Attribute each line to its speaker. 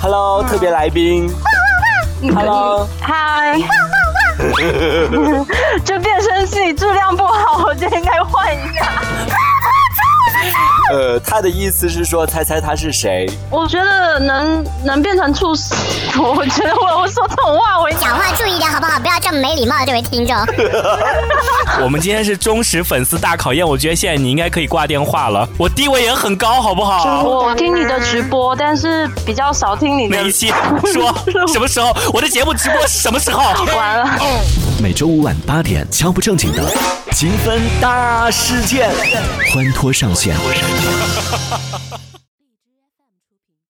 Speaker 1: Hello，特别来宾。Hello，
Speaker 2: 嗨， 这变声器质量不好，我觉得应该换一下。
Speaker 1: 呃，他的意思是说，猜猜他是谁？
Speaker 2: 我觉得能能变成畜生，我觉得我我说这种话，我应该
Speaker 3: 讲话注意点好不好？不要这么没礼貌，这位听众。
Speaker 4: 我们今天是忠实粉丝大考验，我觉得现在你应该可以挂电话了，我地位也很高，好不好？
Speaker 2: 我听你的直播，但是比较少听你的
Speaker 4: 哪。一期说什么时候？我的节目直播是什么 时候？
Speaker 2: 完了，
Speaker 5: 每周五晚八点，敲不正经的
Speaker 1: 评分大事件。
Speaker 5: 欢脱上线。